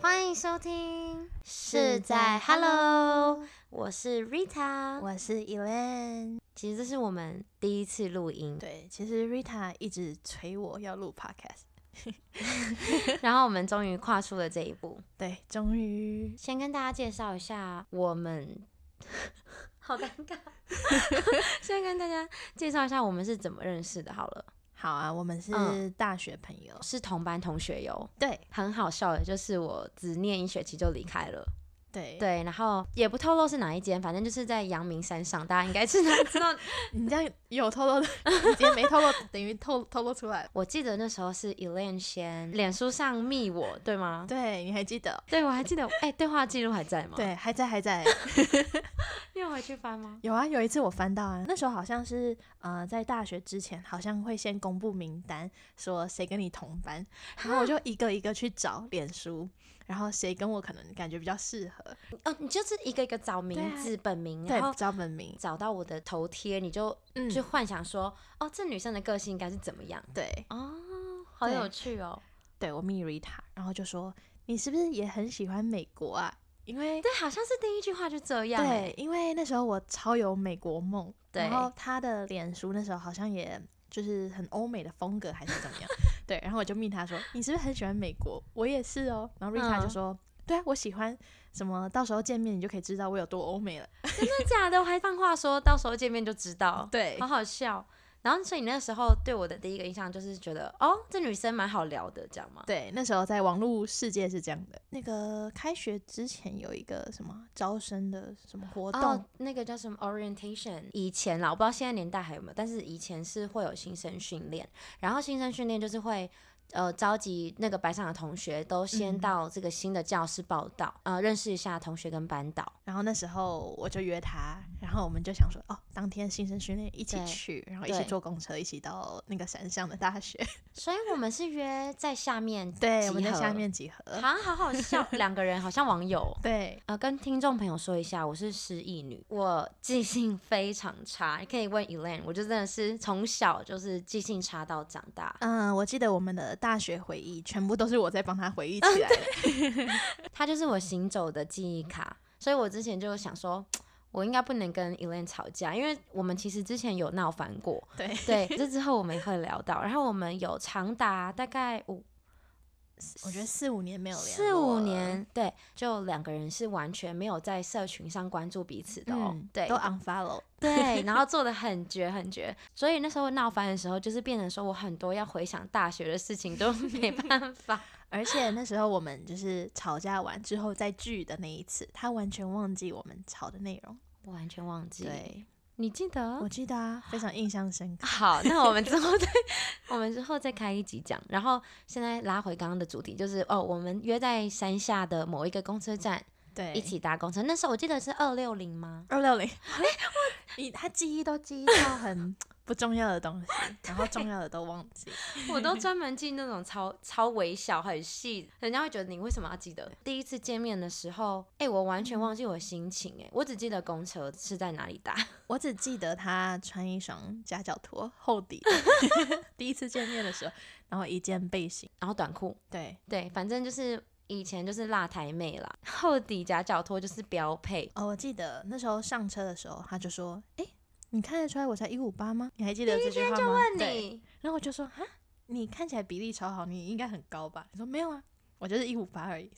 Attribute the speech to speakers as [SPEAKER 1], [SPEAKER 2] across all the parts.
[SPEAKER 1] 欢迎收听，
[SPEAKER 2] 是在 Hello，
[SPEAKER 1] 我是 Rita。
[SPEAKER 2] 我是 Elaine。
[SPEAKER 1] 其实这是我们第一次录音，
[SPEAKER 2] 对，其实 Rita 一直催我要录 podcast，
[SPEAKER 1] 然后我们终于跨出了这一步。
[SPEAKER 2] 对，终于
[SPEAKER 1] 先跟大家介绍一下我 们，好尴尬。 先跟大家介绍一下我们是怎么认识的，好了，
[SPEAKER 2] 好啊，我们是
[SPEAKER 1] 嗯
[SPEAKER 2] 大学朋友，
[SPEAKER 1] 是同班同学哟。
[SPEAKER 2] 对
[SPEAKER 1] 很好笑的，就是我只念一学期就离开了，
[SPEAKER 2] 对，
[SPEAKER 1] 对，然后也不透露是哪一间，反正就是在阳明山上，大家应该知道 知道。
[SPEAKER 2] 你这样有透露的， 你今天没透露，等于透透露出 来了。
[SPEAKER 1] 我记得那时候是 Elaine 先脸书上密我，对吗？
[SPEAKER 2] 对，你还记得？
[SPEAKER 1] 对，我还记得，哎、对话记录还在吗？，
[SPEAKER 2] 对，还在还在。
[SPEAKER 1] 你有回去翻吗？
[SPEAKER 2] 有啊，有一次我翻到啊，那时候好像是呃，在大学之前，好像会先公布名单，说谁跟你同班，然后我就一个一个去找脸书，然后谁跟我可能感觉比较适合，
[SPEAKER 1] 哦，你就是一个一个找名字、
[SPEAKER 2] 对
[SPEAKER 1] 本名，
[SPEAKER 2] 对
[SPEAKER 1] 然后，
[SPEAKER 2] 找本名，
[SPEAKER 1] 找到我的头贴，你就
[SPEAKER 2] 嗯，
[SPEAKER 1] 就幻想说，哦，这女生的个性应该是怎么样？
[SPEAKER 2] 对
[SPEAKER 1] 哦，好
[SPEAKER 2] 对
[SPEAKER 1] 有趣哦。
[SPEAKER 2] 对，我密 Rita，然后就说你是不是也很喜欢美国啊？因为
[SPEAKER 1] 对，好像是第一句话就这样、哎
[SPEAKER 2] 对，因为那时候我超有美国梦，
[SPEAKER 1] 对
[SPEAKER 2] 然后他的脸书那时候好像也就是很欧美的风格还是怎 么样，对，然后我就命他说你是不是很喜欢美国？我也是哦，然后 Rita 就
[SPEAKER 1] 嗯
[SPEAKER 2] 说、对啊，我喜欢什么，到时候见面你就可以知道我有多欧美了，
[SPEAKER 1] 真的假的？我还放话说到时候见面就知道，
[SPEAKER 2] 对
[SPEAKER 1] 好好笑。然后所以你那时候对我的第一个印象就是觉得，哦，这女生蛮好聊的，这样吗？
[SPEAKER 2] 对，那时候在网络世界是这样的，那个开学之前有一个什么招生的什么活动，
[SPEAKER 1] 哦，那个叫什么 orientation，以前啦，我不知道现在年代还有没有，但是以前是会有新生训练，然后新生训练就是会。呃，召集那个班上的同学都先
[SPEAKER 2] 嗯
[SPEAKER 1] 到这个新的教室报道，呃，认识一下同学跟班导。
[SPEAKER 2] 然后那时候我就约他，然后我们就想说，哦，当天新生训练一起
[SPEAKER 1] 对
[SPEAKER 2] 去，然后一起
[SPEAKER 1] 对
[SPEAKER 2] 坐公车，一起到那个山上的大 学。
[SPEAKER 1] 所以我们是约在下面集合，
[SPEAKER 2] 对，我们在下面集合。
[SPEAKER 1] 好，好好笑，两个人好像网友。
[SPEAKER 2] 对，
[SPEAKER 1] 呃，跟听众朋友说一下，我是失忆女，我记性非常差，你可以问 Elaine，我就真的是从小就是记性差到长大。
[SPEAKER 2] 嗯，我记得我们的大学回忆全部都是我在帮他回忆
[SPEAKER 1] 嗯
[SPEAKER 2] 起来的。
[SPEAKER 1] 它就是我行走的记忆卡，所以我之前就想说，我应该不能跟 Elaine 吵架，因为我们其实之前有闹翻过，
[SPEAKER 2] 对，
[SPEAKER 1] 对，这之后我们也会聊到，然后我们有长达大概五
[SPEAKER 2] 我觉得四五年没有联
[SPEAKER 1] 四
[SPEAKER 2] 络
[SPEAKER 1] 五
[SPEAKER 2] 了，
[SPEAKER 1] 年，对，就两个人是完全没有在社群上关注彼此的哦，
[SPEAKER 2] 嗯，
[SPEAKER 1] 对，
[SPEAKER 2] 都 unfollow。
[SPEAKER 1] 对，然后做的很绝很绝，所以那时候闹翻的时候，就是变成说我很多要回想大学的事情都 没办法，
[SPEAKER 2] 而且那时候我们就是吵架完之后再聚的那一次，他完全忘记我们吵的内容。
[SPEAKER 1] 我完全忘记。，
[SPEAKER 2] 对，
[SPEAKER 1] 你记得
[SPEAKER 2] 我？记得啊，非常印象深刻。
[SPEAKER 1] 好，那我们之后再，我们之后再开一集讲。然后现在拉回刚刚的主题，就是哦，我们约在山下的某一个公车站
[SPEAKER 2] 对，
[SPEAKER 1] 嗯一起搭公车。那时候我记得是二六零吗？
[SPEAKER 2] 二 六零，你他记忆都记忆到很 不重要的 东西，然后重要的都忘记。
[SPEAKER 1] 我都专门记那种超超微小、很细，人家会觉得你为什么要记得？第一次见面的时候，哎、我完全忘记我心情、哎，我只记得公车是在哪里搭。
[SPEAKER 2] 我只记得他穿一双夹脚拖厚底的， 第一次见面的时候，然后一件背心，
[SPEAKER 1] 然后短裤，
[SPEAKER 2] 对，
[SPEAKER 1] 对，反正就是以前就是辣台妹啦， 厚底夹脚拖就是标配。
[SPEAKER 2] 哦，我记得那时候上车的时候，他就说，哎、你看得出来我才一五八吗？你还记得这句话吗？对，
[SPEAKER 1] 你
[SPEAKER 2] 然后我就说，哈，你看起来比例超好，你应该很高吧？你说没有啊，我就是一五八而已。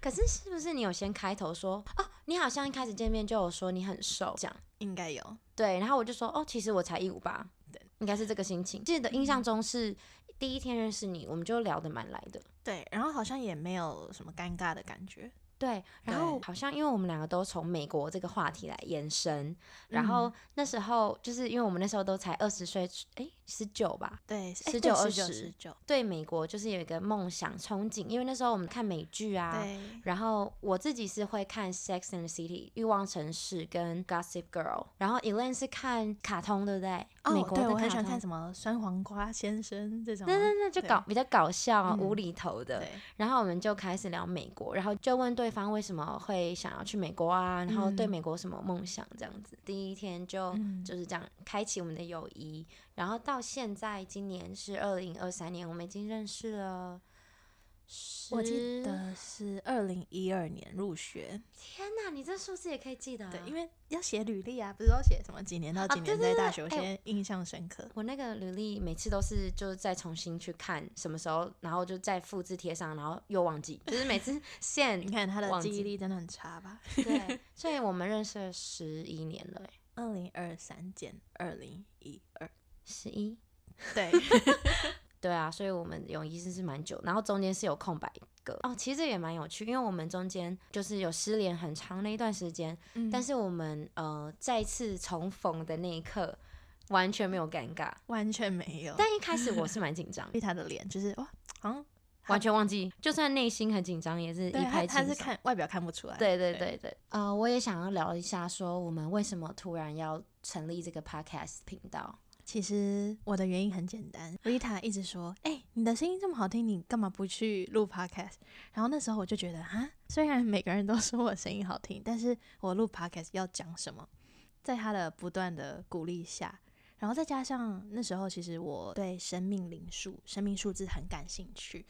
[SPEAKER 1] 可是是不是你有先开头说哦，你好像一开始见面就有说你很瘦这样？
[SPEAKER 2] 应该有，
[SPEAKER 1] 对，然后我就说哦，其实我才一五八
[SPEAKER 2] 对，
[SPEAKER 1] 应该是这个心情。记得印象中是第一天认识你，我们就聊得蛮来的。
[SPEAKER 2] 对，然后好像也没有什么尴尬的感觉，
[SPEAKER 1] 对，然后
[SPEAKER 2] 对
[SPEAKER 1] 好像因为我们两个都从美国这个话题来延伸，然后那时候就是因为我们那时候都才二十岁，诶，十九吧，
[SPEAKER 2] 对，
[SPEAKER 1] 19 20
[SPEAKER 2] 十九，
[SPEAKER 1] 对美国就是有一个梦想憧憬，因为那时候我们看美剧啊，
[SPEAKER 2] 对，
[SPEAKER 1] 然后我自己是会看《Sex and the City》欲望城市跟《Gossip Girl》，然后 Elaine 是看卡通，对不对？美国
[SPEAKER 2] 哦对
[SPEAKER 1] 的
[SPEAKER 2] 我
[SPEAKER 1] 卡
[SPEAKER 2] 很喜欢看
[SPEAKER 1] 通。
[SPEAKER 2] 什么酸黄瓜先生这种啊，
[SPEAKER 1] 对对对，就搞比较搞笑、啊
[SPEAKER 2] 嗯
[SPEAKER 1] 无厘头的。
[SPEAKER 2] 对
[SPEAKER 1] 然后我们就开始聊美国，然后就问对方为什么会想要去美国啊，然后对
[SPEAKER 2] 嗯
[SPEAKER 1] 美国什么梦想这样子。第一天就、
[SPEAKER 2] 嗯
[SPEAKER 1] 就是这样开启我们的友谊，然后到现在今年是二零二三年，我们已经认识了
[SPEAKER 2] 我记
[SPEAKER 1] 十
[SPEAKER 2] 得是二零一二年入学，
[SPEAKER 1] 天哪，你这数字也可以记得、啊？
[SPEAKER 2] 对，因为要写履历啊，不是要写什么几年到几
[SPEAKER 1] 啊
[SPEAKER 2] 年
[SPEAKER 1] 对对
[SPEAKER 2] 在大
[SPEAKER 1] 对
[SPEAKER 2] 学，我
[SPEAKER 1] 哎
[SPEAKER 2] 现在印象深刻。
[SPEAKER 1] 我那个履历每次都是就是再重新去看什么时候，然后就再复制贴上，然后又忘记，就是每次 现
[SPEAKER 2] 你看他的
[SPEAKER 1] 忘
[SPEAKER 2] 记忆
[SPEAKER 1] 记
[SPEAKER 2] 力真的很差吧？
[SPEAKER 1] 对，所以我们认识了十一年了欸，
[SPEAKER 2] 二零二三减二零一二，
[SPEAKER 1] 十一。
[SPEAKER 2] 对，
[SPEAKER 1] 对啊，所以我们泳衣是是蛮久，然后中间是有空白个哦，其实也蛮有趣，因为我们中间就是有失联很长的一段时间，但
[SPEAKER 2] 是
[SPEAKER 1] 是我们呃再次重逢的那一刻完全没有尴尬，
[SPEAKER 2] 完全没有。
[SPEAKER 1] 但一开始我是蛮紧张
[SPEAKER 2] 对，他的脸就是哇，好像
[SPEAKER 1] 完全忘记，就算内心很紧张，也是一
[SPEAKER 2] 对他
[SPEAKER 1] 拍
[SPEAKER 2] 他
[SPEAKER 1] 即
[SPEAKER 2] 是
[SPEAKER 1] 合。
[SPEAKER 2] 看外表看不出来。
[SPEAKER 1] 对对对对，呃，我也想要聊一下，说我们为什么突然要成立这个 podcast 频道？
[SPEAKER 2] 其实我的原因很简单，Rita 一直说：“哎、你的声音这么好听，你干嘛不去录 podcast？” 然后那时候我就觉得啊，虽然每个人都说我声音好听，但是我录 podcast 要讲什么？在他的不断的鼓励下，然后再加上那时候其实我对生命灵数、生命数字很感兴趣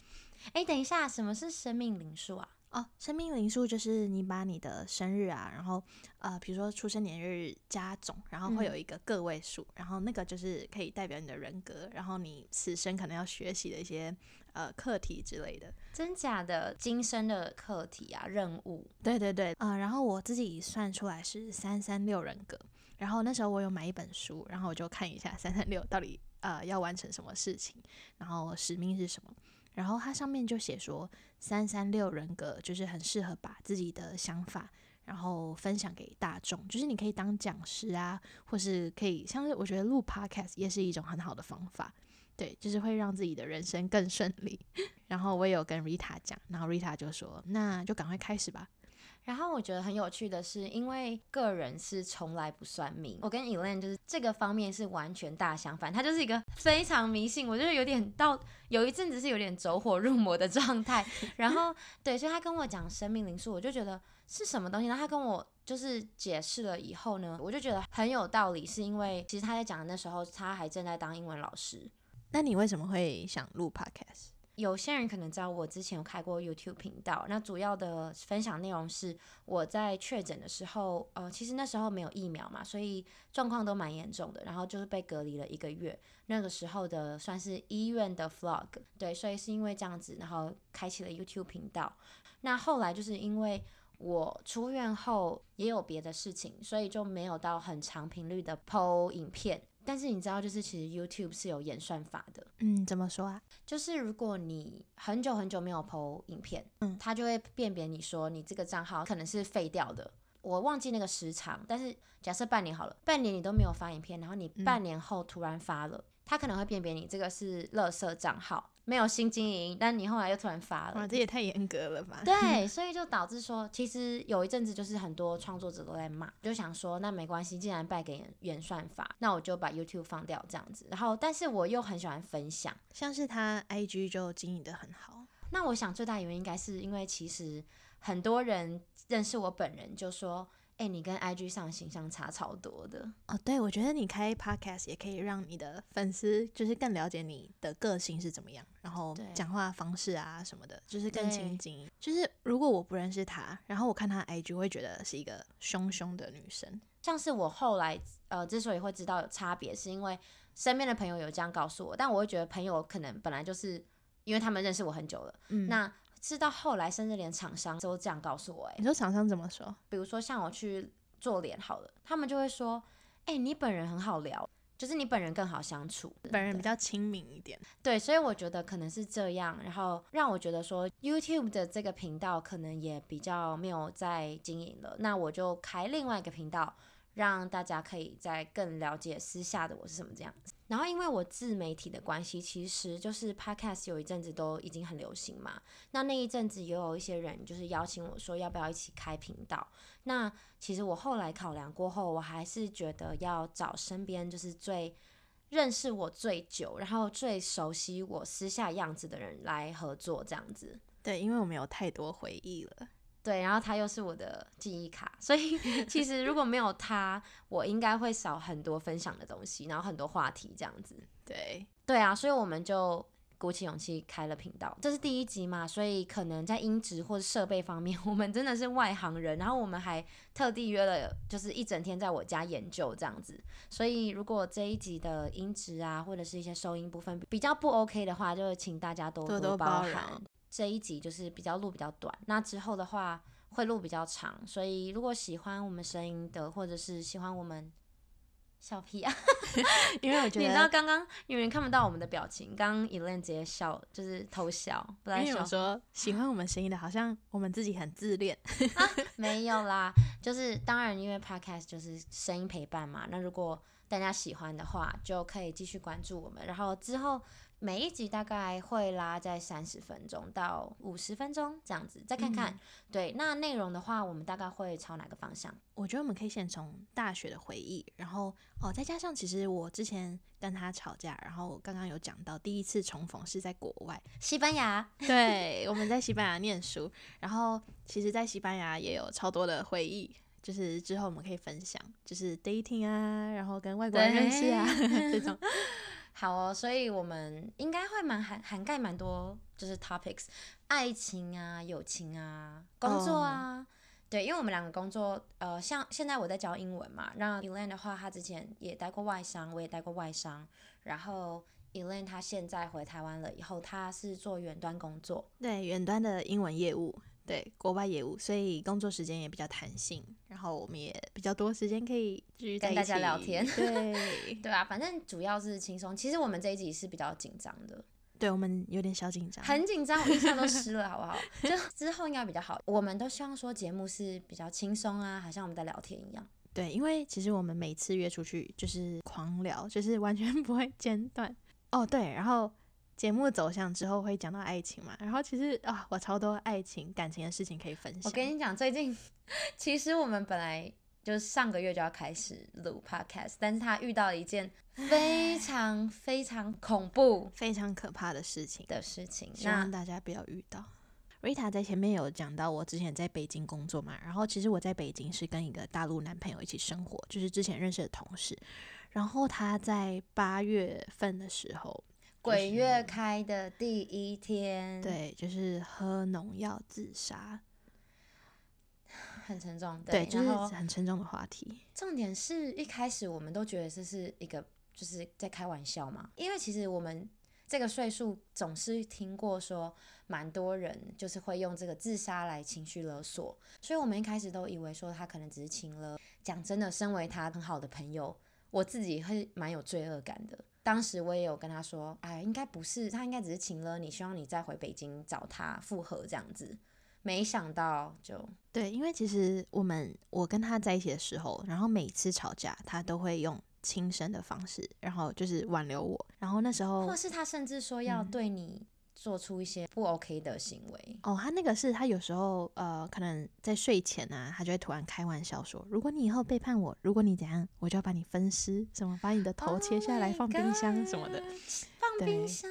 [SPEAKER 1] 哎，等一下，什么是生命灵数啊？
[SPEAKER 2] 哦。生命灵数就是你把你的生日啊，然后呃，比如说出生年日加总，然后会有一个个位数，然后那个就是可以代表你的人格，然后你此生可能要学习的一些呃课题之类的。
[SPEAKER 1] 真假的今生的课题啊，任务
[SPEAKER 2] 对对对，呃，然后我自己算出来是三三六人格，然后那时候我有买一本书，然后我就看一下三三六到底呃要完成什么事情，然后使命是什么。然后它上面就写说，三三六人格就是很适合把自己的想法，然后分享给大众，就是你可以当讲师啊，或是可以像是我觉得录 podcast 也是一种很好的方法，对，就是会让自己的人生更顺利。 然后我也有跟 Rita 讲，然后 Rita 就说，那就赶快开始吧。
[SPEAKER 1] 然后我觉得很有趣的是，因为个人是从来不算命，我跟 Elaine 就是这个方面是完全大相反，他就是一个非常迷信，我就是有点到有一阵子是有点走火入魔的状态。然后对，所以他跟我讲生命灵数，我就觉得是什么东西。然后他跟我就是解释了以后呢，我就觉得很有道理，是因为其实他在讲的那时候，他还正在当英文老师。
[SPEAKER 2] 那你为什么会想录 podcast？
[SPEAKER 1] 有些人可能知道我之前有开过 YouTube 频道，那主要的分享内容是我在确诊的时候，呃，其实那时候没有疫苗嘛，所以状况都蛮严重的，然后就是被隔离了一个月。那个时候的算是医院的 vlog，对，所以是因为这样子，然后开启了 YouTube 频道。那后来就是因为我出院后也有别的事情，所以就没有到很长频率的 PO 影片。但是你知道，就是其实 YouTube 是有演算法的，
[SPEAKER 2] 嗯，怎么说啊？
[SPEAKER 1] 就是如果你很久很久没有 PO 影片，
[SPEAKER 2] 嗯
[SPEAKER 1] 它就会辨别你说你这个账号可能是废掉的。我忘记那个时长，但是假设半年好了，半年你都没有发影片，然后你
[SPEAKER 2] 嗯
[SPEAKER 1] 半年后突然发了，它可能会辨别你这个是垃圾账号，没有新经营，但你后来又突然发了
[SPEAKER 2] 哇，，这也太严格了吧？
[SPEAKER 1] 对，所以就导致说，其实有一阵子就是很多创作者都在骂，就想说那没关系，既然败给演演算法，那我就把 YouTube 放掉这样子。然后，但是我又很喜欢分享。
[SPEAKER 2] 像是他 IG 就经营的很好，
[SPEAKER 1] 那我想最大原因应该是因为其实很多人认识我本人就说，哎、你跟 IG 上形象差超多的。
[SPEAKER 2] 哦，对，我觉得你开 podcast 也可以让你的粉丝就是更了解你的个性是怎么样，然后
[SPEAKER 1] 对
[SPEAKER 2] 讲话方式啊什么的，就是更亲
[SPEAKER 1] 对
[SPEAKER 2] 近。就是如果我不认识她，然后我看她 IG，我会觉得是一个凶凶的女生。
[SPEAKER 1] 像是我后来呃之所以会知道有差别，是因为身边的朋友有这样告诉我，但我会觉得朋友可能本来就是因为他们认识我很久了，
[SPEAKER 2] 嗯
[SPEAKER 1] 那。是到后来，甚至连厂商都这样告诉我、哎
[SPEAKER 2] 你，说厂商怎么说？
[SPEAKER 1] 比如说像我去做脸好了，他们就会说，哎、你本人很好聊，就是你本人更好相处，
[SPEAKER 2] 本人
[SPEAKER 1] 对
[SPEAKER 2] 比较亲民一点，
[SPEAKER 1] 对，所以我觉得可能是这样，然后让我觉得说 YouTube 的这个频道可能也比较没有在经营了，那我就开另外一个频道，让大家可以再更了解私下的我是什么这样子。然后因为我自媒体的关系，其实就是 Podcast 有一阵子都已经很流行嘛，那那一阵子也有一些人就是邀请我说要不要一起开频道，那其实我后来考量过后，我还是觉得要找身边就是最认识我最久，然后最熟悉我私下样子的人来合作这样子。
[SPEAKER 2] 对，因为我们有太多回忆了。
[SPEAKER 1] 对，然后他又是我的记忆卡，所以 其实如果没有他，我应该会少很多分享的东西，然后很多话题这样子。
[SPEAKER 2] 对，
[SPEAKER 1] 对啊，所以我们就鼓起勇气开了频道，这是第一集嘛，所以可能在音质或者设备方面， 我们真的是外行人。然后我们还特地约了，就是一整天在我家研究这样子。所以如果这一集的音质啊，或者是一些收音部分比较不 OK 的话，就请大家多
[SPEAKER 2] 多
[SPEAKER 1] 多
[SPEAKER 2] 多
[SPEAKER 1] 包
[SPEAKER 2] 包
[SPEAKER 1] 涵。
[SPEAKER 2] 容
[SPEAKER 1] 这一集就是比较录比较短，那之后的话会录比较长，所以如果喜欢我们声音的，或者是喜欢我们笑屁啊，
[SPEAKER 2] 因为我觉
[SPEAKER 1] 你知道
[SPEAKER 2] 得，
[SPEAKER 1] 刚刚有人看不到我们的表情，刚刚 Elaine 直接笑，就是偷笑，不在
[SPEAKER 2] 因为
[SPEAKER 1] 笑
[SPEAKER 2] 我，说喜欢我们声音的，好像我们自己很自恋，
[SPEAKER 1] 没有啦，就是当然因为 Podcast 就是声音陪伴嘛，那如果大家喜欢的话，就可以继续关注我们，然后之后。每一集大概会拉在三十分钟到五十分钟这样子，再看看。对，那内容的话，我们大概会朝哪个方向？
[SPEAKER 2] 我觉得我们可以先从大学的回忆，然后哦，再加上其实我之前跟他吵架，然后我刚刚有讲到第一次重逢是在国 外，
[SPEAKER 1] 西班牙，
[SPEAKER 2] 对，我们在西班牙念书，然后其实，在西班牙也有超多的回忆，就是之后我们可以分享，就是 dating 啊，然后跟外国人认识啊 这种，
[SPEAKER 1] 好哦，所以我们应该会蛮涵涵盖蛮多，就是 topics，爱情啊、友情啊、工作啊。对，因为我们两个工作，呃，像现在我在教英文嘛，让 Elaine 的话，她之前也待过外商，我也待过外商，然后 Elaine 她现在回台湾了以后，她是做远端工作，
[SPEAKER 2] 对，远端的英文业务，对，国外业务，所以工作时间也比较弹性，然后我们也比较多时间可以继续
[SPEAKER 1] 跟
[SPEAKER 2] 在一
[SPEAKER 1] 大家聊
[SPEAKER 2] 起
[SPEAKER 1] 天
[SPEAKER 2] 对，
[SPEAKER 1] 对啊，反正主要是轻松。其实我们这一集是比较紧张的，
[SPEAKER 2] 对我们有点小紧张，
[SPEAKER 1] 很紧张，我一下都湿了，好不好？就之后应该比较好。我们都希望说节目是比较轻松啊，好像我们在聊天一样。
[SPEAKER 2] 对，因为其实我们每次约出去就是狂聊，就是完全 不会间断。哦，对，然后节目走向之后会讲到爱情嘛，然后其实啊、我超多爱情感情的事情可以分享。
[SPEAKER 1] 我跟你讲，最近其实我们本来就是上个月就要开始录 podcast，但是他遇到了一件非常非常恐怖
[SPEAKER 2] 非常可怕的事情，
[SPEAKER 1] 的事情。
[SPEAKER 2] 希
[SPEAKER 1] 那
[SPEAKER 2] 望大家不要遇到。Rita 在前面有讲到，我之前在北京工作嘛，然后其实我在北京是跟一个大陆男朋友一起生活，就是之前认识的同事。然后他在八月份的时候，
[SPEAKER 1] 鬼月开的第一天，，
[SPEAKER 2] 对，就是喝农药自杀，
[SPEAKER 1] 很沉重。
[SPEAKER 2] 对，就是
[SPEAKER 1] 然后
[SPEAKER 2] 很沉重的话题。
[SPEAKER 1] 重点是一开始我们都觉得这是一个就是在开玩笑嘛，因为其实我们这个岁数总是听过说蛮多人就是会用这个自杀来情绪勒索，所以我们一开始都以为说他可能只是情勒。讲真的，身为他很好的朋友，我自己会蛮有罪恶感的。当时我也有跟他说，哎，应该不是，他应该只是情勒你，希望你再回北京找他复合这样子。没想到就
[SPEAKER 2] 对，因为其实我们我跟他在一起的时候，然后每次吵架，他都会用轻声的方式，然后就是挽留我。然后那时候
[SPEAKER 1] 或是他甚至说
[SPEAKER 2] 嗯
[SPEAKER 1] 要对你做出一些不 OK 的行为。
[SPEAKER 2] 哦，他那个是他有时候呃，可能在睡前啊，他就会突然开玩笑说：“如果你以后背叛我，如果你怎样，我就要把你分尸，什么把你的头切下来
[SPEAKER 1] Oh my
[SPEAKER 2] 放冰箱什么的，
[SPEAKER 1] God，放冰
[SPEAKER 2] 对
[SPEAKER 1] 箱。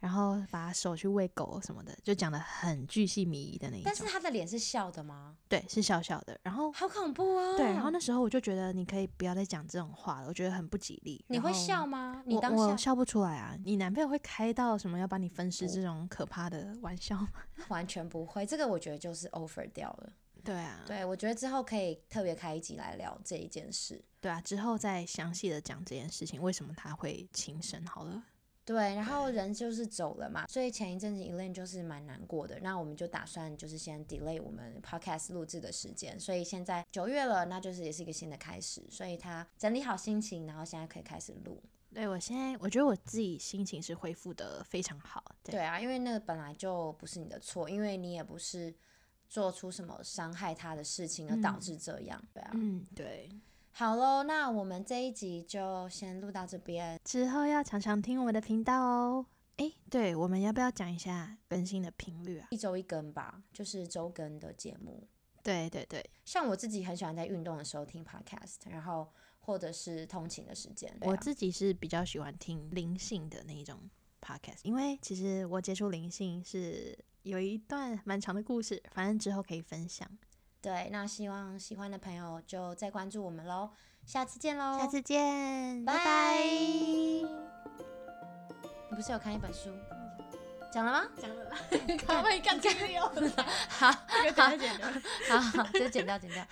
[SPEAKER 2] 然后把手去喂狗什么的，就讲的很巨细靡遗的那一
[SPEAKER 1] 但是
[SPEAKER 2] 种。
[SPEAKER 1] 他的脸是笑的吗？
[SPEAKER 2] 对，是小小的。然后
[SPEAKER 1] 好恐怖哦！
[SPEAKER 2] 对，然后那时候我就觉得你可以不要再讲这种话了，我觉得很不吉利。
[SPEAKER 1] 你
[SPEAKER 2] 然
[SPEAKER 1] 会
[SPEAKER 2] 后
[SPEAKER 1] 笑吗？你
[SPEAKER 2] 我
[SPEAKER 1] 当
[SPEAKER 2] 我
[SPEAKER 1] 下
[SPEAKER 2] 笑不出来啊！你男朋友会开到什么要把你分尸
[SPEAKER 1] 不
[SPEAKER 2] 这种可怕的玩笑吗？
[SPEAKER 1] 完全不会，这个我觉得就是 over 掉了。
[SPEAKER 2] 对啊，
[SPEAKER 1] 对，我觉得之后可以特别开一集来聊这一件事。
[SPEAKER 2] 对啊，之后再详细的讲这件事情，为什么他会轻生？好了，
[SPEAKER 1] 对，然后人就是走了嘛，所以前一阵子 Elaine 就是蛮难过的。那我们就打算就是先 delay 我们 podcast 录制的时间，所以现在九月了，那就是也是一个新的开始。所以他整理好心情，然后现在可以开始录。
[SPEAKER 2] 对我现在我觉得我自己心情是恢复的非常好。对，
[SPEAKER 1] 对啊，因为那个本来就不是你的错，因为你也不是做出什么伤害他的事情而导
[SPEAKER 2] 嗯
[SPEAKER 1] 致这样。对啊，
[SPEAKER 2] 嗯，对，
[SPEAKER 1] 好喽，那我们这一集就先录到这边。
[SPEAKER 2] 之后要常常听我们的频道哦。诶，对，我们要不要讲一下更新的频率啊？
[SPEAKER 1] 一周一更吧，就是周更的节目。
[SPEAKER 2] 对对对，
[SPEAKER 1] 像我自己很喜欢在运动的时候听 podcast，然后或者是通勤的时间。对啊
[SPEAKER 2] 我自己是比较喜欢听灵性的那一种 podcast，因为其实我接触灵性是有一段蛮长的故事，反正之后可以分享。
[SPEAKER 1] 对，那希望喜欢的朋友就再关注我们喽，下次见喽，
[SPEAKER 2] 下次见，
[SPEAKER 1] 拜
[SPEAKER 2] 拜
[SPEAKER 1] 拜。
[SPEAKER 2] 拜
[SPEAKER 1] 你不是有看一本书？讲了吗？
[SPEAKER 2] 讲 了啦，他们干这个有，
[SPEAKER 1] 好，
[SPEAKER 2] 这个等一下剪掉。
[SPEAKER 1] 好，好，这剪掉，剪掉。